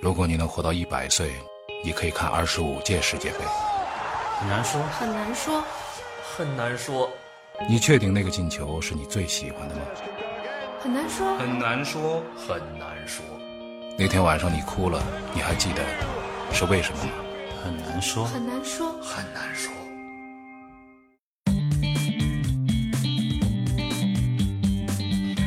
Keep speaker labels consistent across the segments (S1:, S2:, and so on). S1: 如果你能活到一百岁，你可以看二十五届世界杯。
S2: 很难说，
S3: 很难说，
S4: 很难说，
S1: 你确定那个进球是你最喜欢的吗？
S3: 很难说，
S2: 很难说，
S4: 很难说，
S1: 那天晚上你哭了，你还记得是为什么吗？
S2: 很难说，
S3: 很难说。
S4: 很难说。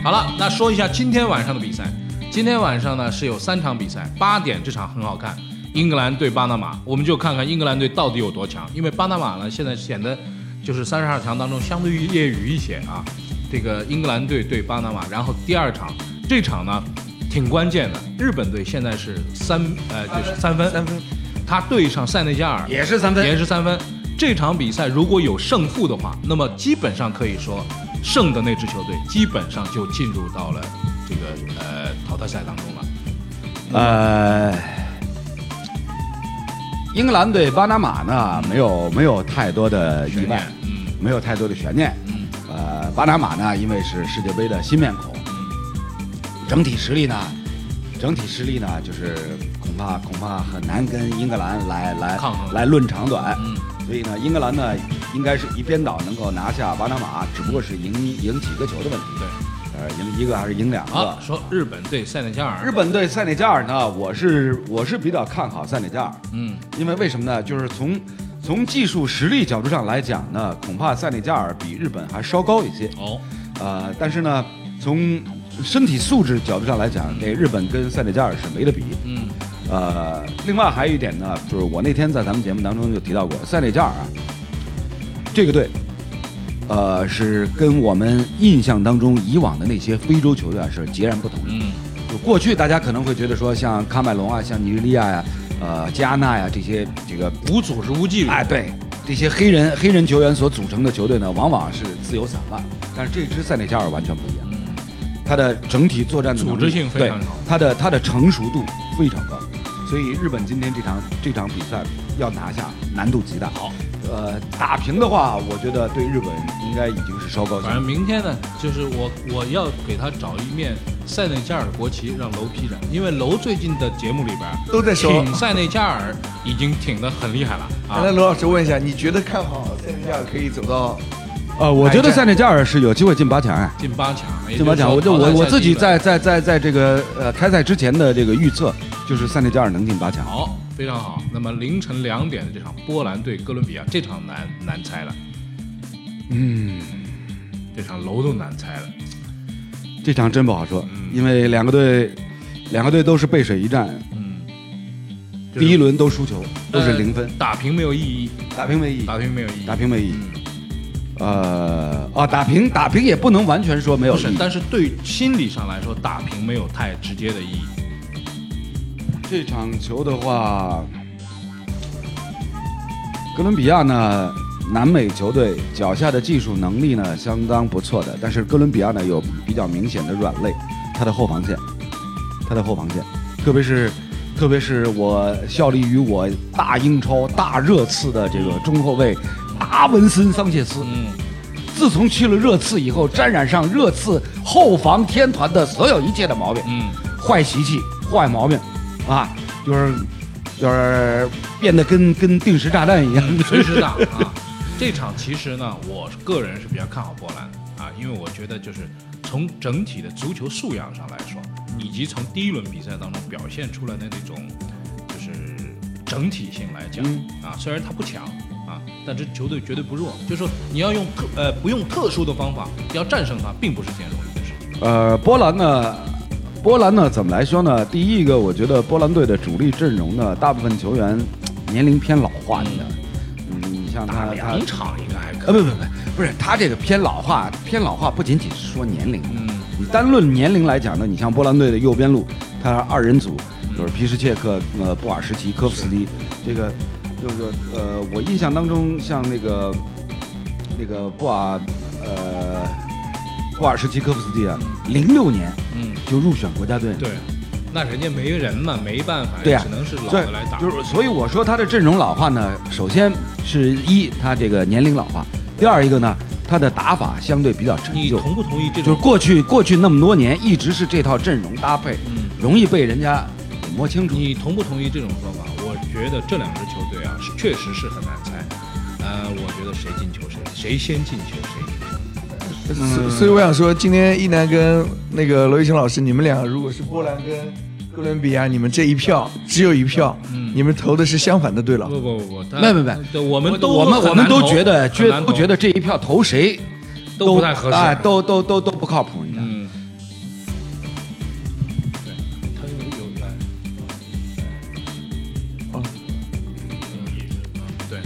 S5: 好了，那说一下今天晚上的比赛。今天晚上呢是有三场比赛，八点这场很好看，英格兰对巴拿马，我们就看看英格兰队到底有多强。因为巴拿马呢现在显得就是三十二强当中相对于业余一些啊。这个英格兰队对巴拿马，然后第二场这场呢挺关键的，日本队现在是三呃就是三分，三分，他对上塞内加尔
S2: 也是三分，
S5: 也是三分。这场比赛如果有胜负的话，那么基本上可以说，胜的那支球队基本上就进入到了这个呃淘汰赛当中了。
S6: 呃，英格兰对巴拿马呢，没有没有太多的意外，
S5: 嗯
S6: 没有太多的悬念。
S5: 嗯
S6: 呃，巴拿马呢，因为是世界杯的新面孔，整体实力呢，整体实力呢，就是恐怕恐怕很难跟英格兰来来
S5: 抗衡
S6: 来论长短。
S5: 嗯，
S6: 所以呢，英格兰呢，应该是一边倒能够拿下巴拿马，只不过是赢赢几个球的问题。
S5: 对。啊
S6: 呃，赢一个还是赢两个？
S5: 好，说日本对塞内加尔，
S6: 日本对塞内加尔呢，我是我是比较看好塞内加尔，
S5: 嗯
S6: 因为为什么呢？就是从从技术实力角度上来讲呢，恐怕塞内加尔比日本还稍高一些。
S5: 哦，
S6: 呃，但是呢，从身体素质角度上来讲，这日本跟塞内加尔是没得比。
S5: 嗯
S6: 呃，另外还有一点呢，就是我那天在咱们节目当中就提到过，塞内加尔啊，这个队，呃，是跟我们印象当中以往的那些非洲球队啊是截然不同的。
S5: 嗯
S6: 就过去大家可能会觉得说，像喀麦隆啊、像尼日利亚呀、呃加纳呀、这些这个
S5: 无组织无纪律，
S6: 哎对这些黑人黑人球员所组成的球队呢，往往是自由散漫，但是这支塞内加尔完全不一样，
S5: 嗯
S6: 它的整体作战的能力
S5: 组织性非常
S6: 对
S5: 高
S6: 它的它的成熟度非常高，所以日本今天这场这场比赛要拿下难度极大。
S5: 好，
S6: 呃，打平的话，我觉得对日本应该已经是稍高兴
S5: 反正明天呢，就是我我要给他找一面塞内加尔国旗让楼披着，因为楼最近的节目里边
S7: 都在说。
S5: 挺塞内加尔已经挺得很厉害了啊
S6: 哎
S7: 那。罗老师问一下，你觉得看好塞内加尔可以走到？
S6: 呃，我觉
S7: 哎
S6: 得
S7: 这
S6: 塞内加尔是有机会进八强哎。
S5: 进八强，也就
S6: 这
S5: 是
S6: 么讲，
S5: 说
S6: 我就
S5: 淘汰
S6: 我
S5: 赛
S6: 我
S5: 第
S6: 自己
S5: 一轮
S6: 在在在在这个呃开赛之前的这个预测，就是塞内加尔能进八强。
S5: 好，非常好。那么凌晨两点的这场波兰对哥伦比亚，这场难难猜了，
S6: 嗯，
S5: 这场楼都难猜了。
S6: 这场真不好说
S5: 嗯，
S6: 因为两个队两个队都是背水一战，
S5: 嗯，就是
S6: 第一轮都输球，都是零分，
S5: 打平没有意义，
S6: 打平为意义，
S5: 打平没有意义，
S6: 打平为意义。
S5: 嗯
S6: 呃，哦，打平打平也不能完全说没有
S5: 不
S6: 意
S5: 是，
S6: 义。
S5: 但是对心理上来说，打平没有太直接的意义。
S6: 这场球的话，哥伦比亚呢，南美球队脚下的技术能力呢相当不错的，但是哥伦比亚呢有比较明显的软肋，它的后防线，它的后防线，特别是特别是我效力于我大英超大热刺的这个中后卫阿文森桑切斯，
S5: 嗯，
S6: 自从去了热刺以后，沾染上热刺后防天团的所有一切的毛病。
S5: 嗯，
S6: 坏习气、坏毛病，啊，就是就是变得跟跟定时炸弹一样。
S5: 随时打啊。这场其实呢，我个人是比较看好波兰的啊，因为我觉得就是从整体的足球素养上来说，以及从第一轮比赛当中表现出来的那种就是整体性来讲、
S6: 嗯
S5: 啊，虽然他不强啊，但这球队绝对不弱。就是说你要用特呃不用特殊的方法要战胜他，并不是件容易的事情。
S6: 呃，波兰呢，波兰呢怎么来说呢？第一个，我觉得波兰队的主力阵容呢，大部分球员年龄偏老化一点。嗯，你像
S5: 打
S6: 他他
S5: 两场应该还可
S6: 呃
S5: 以。
S6: 不不不不是他这个偏老化，偏老化不仅仅是说年龄，
S5: 嗯
S6: 你单论年龄来讲呢，你像波兰队的右边路，他二人组
S5: 嗯
S6: 就是皮什切克、呃布瓦什奇、科夫斯基，这个这个呃，我印象当中像那个那个布瓦呃布瓦什奇、科夫斯基啊，零六年
S5: 嗯，
S6: 就入选国家队了。
S5: 对，那人家没人嘛，没办法，
S6: 对呀
S5: 只能是老
S6: 所以
S5: 的来打。
S6: 就是，所以我说他的阵容老化呢，首先是一他这个年龄老化，第二一个呢，他的打法相对比较陈
S5: 你
S6: 旧，
S5: 同不同意这
S6: 就是
S5: 种？
S6: 过去过去那么多年一直是这套阵容搭配，
S5: 嗯
S6: 容易被人家摸清楚。
S5: 你同不同意这种说法？我觉得这两支球队啊，是确实是很难猜。呃，我觉得谁进球谁谁先进球谁赢。嗯
S7: 所所以我想说，今天一楠跟那个罗一成老师，你们俩如果是波兰跟哥伦比亚，你们这一票只有一票，
S5: 嗯
S7: 你们投的是相反的对了。
S5: 不不不不，他
S6: 没没没
S5: 对我们都
S6: 我们
S5: 很
S6: 我们
S5: 难
S6: 都
S5: 投
S6: 觉得
S5: 很
S6: 觉
S5: 难
S6: 都
S5: 投
S6: 觉得这一票投谁
S5: 都不太合适
S6: 哎，都都都都不靠谱。你看
S5: 嗯，对，他有有一
S7: 哦
S5: 对，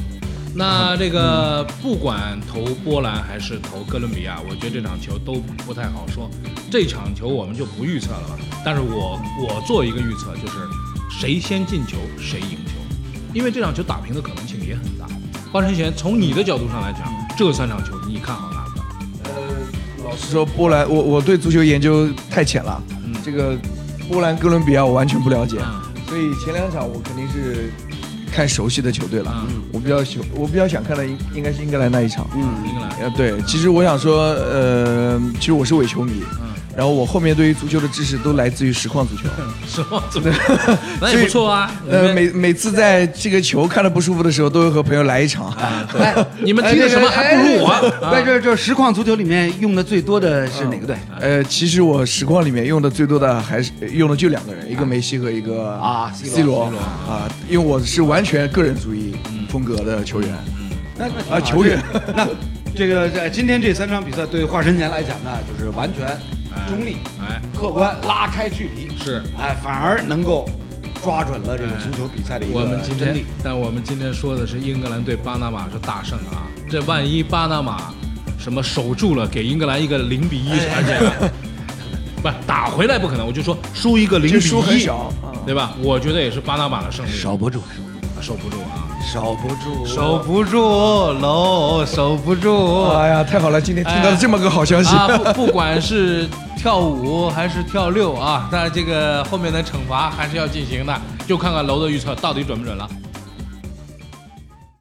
S5: 那这个不管投波兰还是投哥伦比亚，我觉得这场球都不太好说。这场球我们就不预测了吧，但是我我做一个预测，就是谁先进球谁赢球，因为这场球打平的可能性也很大。高晨贤，从你的角度上来讲，这三场球你看好哪个？
S7: 老实说，波兰，我我对足球研究太浅了，
S5: 嗯
S7: 这个波兰、哥伦比亚我完全不了解，
S5: 啊
S7: 所以前两场我肯定是看熟悉的球队了。
S5: 嗯
S7: 我比较喜，我比较想看的应应该是英格兰那一场。
S5: 英格兰，
S7: 呃，对，其实我想说，呃，其实我是伪球迷，
S5: 嗯。
S7: 然后我后面对于足球的知识都来自于实 况足球。
S5: 什么？怎 么？ 那也不错啊。
S7: 呃，
S5: 你们
S7: 每每次在这个球看的不舒服的时候，都会和朋友来一场。
S6: 哎，
S5: 你们踢的什么还不如我啊
S6: 在这这实况足球里面用的最多的是哪个队？
S7: 呃，其实我实况里面用的最多的还是呃用的就两个人，一个梅西和一个
S6: 啊，C 罗
S7: C 罗啊，因为我是完全个人主义风格的球员。
S6: 那那挺好
S7: 啊球员
S6: 那这个在今天这三场比赛对华晨年来讲呢，就是完全中立、
S5: 哎
S6: 客观，拉开距离，
S5: 是
S6: 哎，反而能够抓准了这个足球比赛的一
S5: 我
S6: 个
S5: 们今
S6: 真
S5: 天
S6: 理。，
S5: 但我们今天说的是英格兰对巴拿马是大胜啊。这万一巴拿马什么守住了，给英格兰一个零比一啥的，不打回来不可能。我就说输一个零
S7: 就
S5: 比
S7: 输很
S5: 一
S7: 小啊，
S5: 对吧？我觉得也是巴拿马的胜利，
S6: 守不住，
S5: 守不住啊，
S6: 守不住，
S2: 守不住楼，守不住。
S7: 哎呀，太好了，今天听到了这么个好消息。
S8: 啊，不不管是跳舞还是跳六啊，那这个后面的惩罚还是要进行的，就看看楼的预测到底准不准了。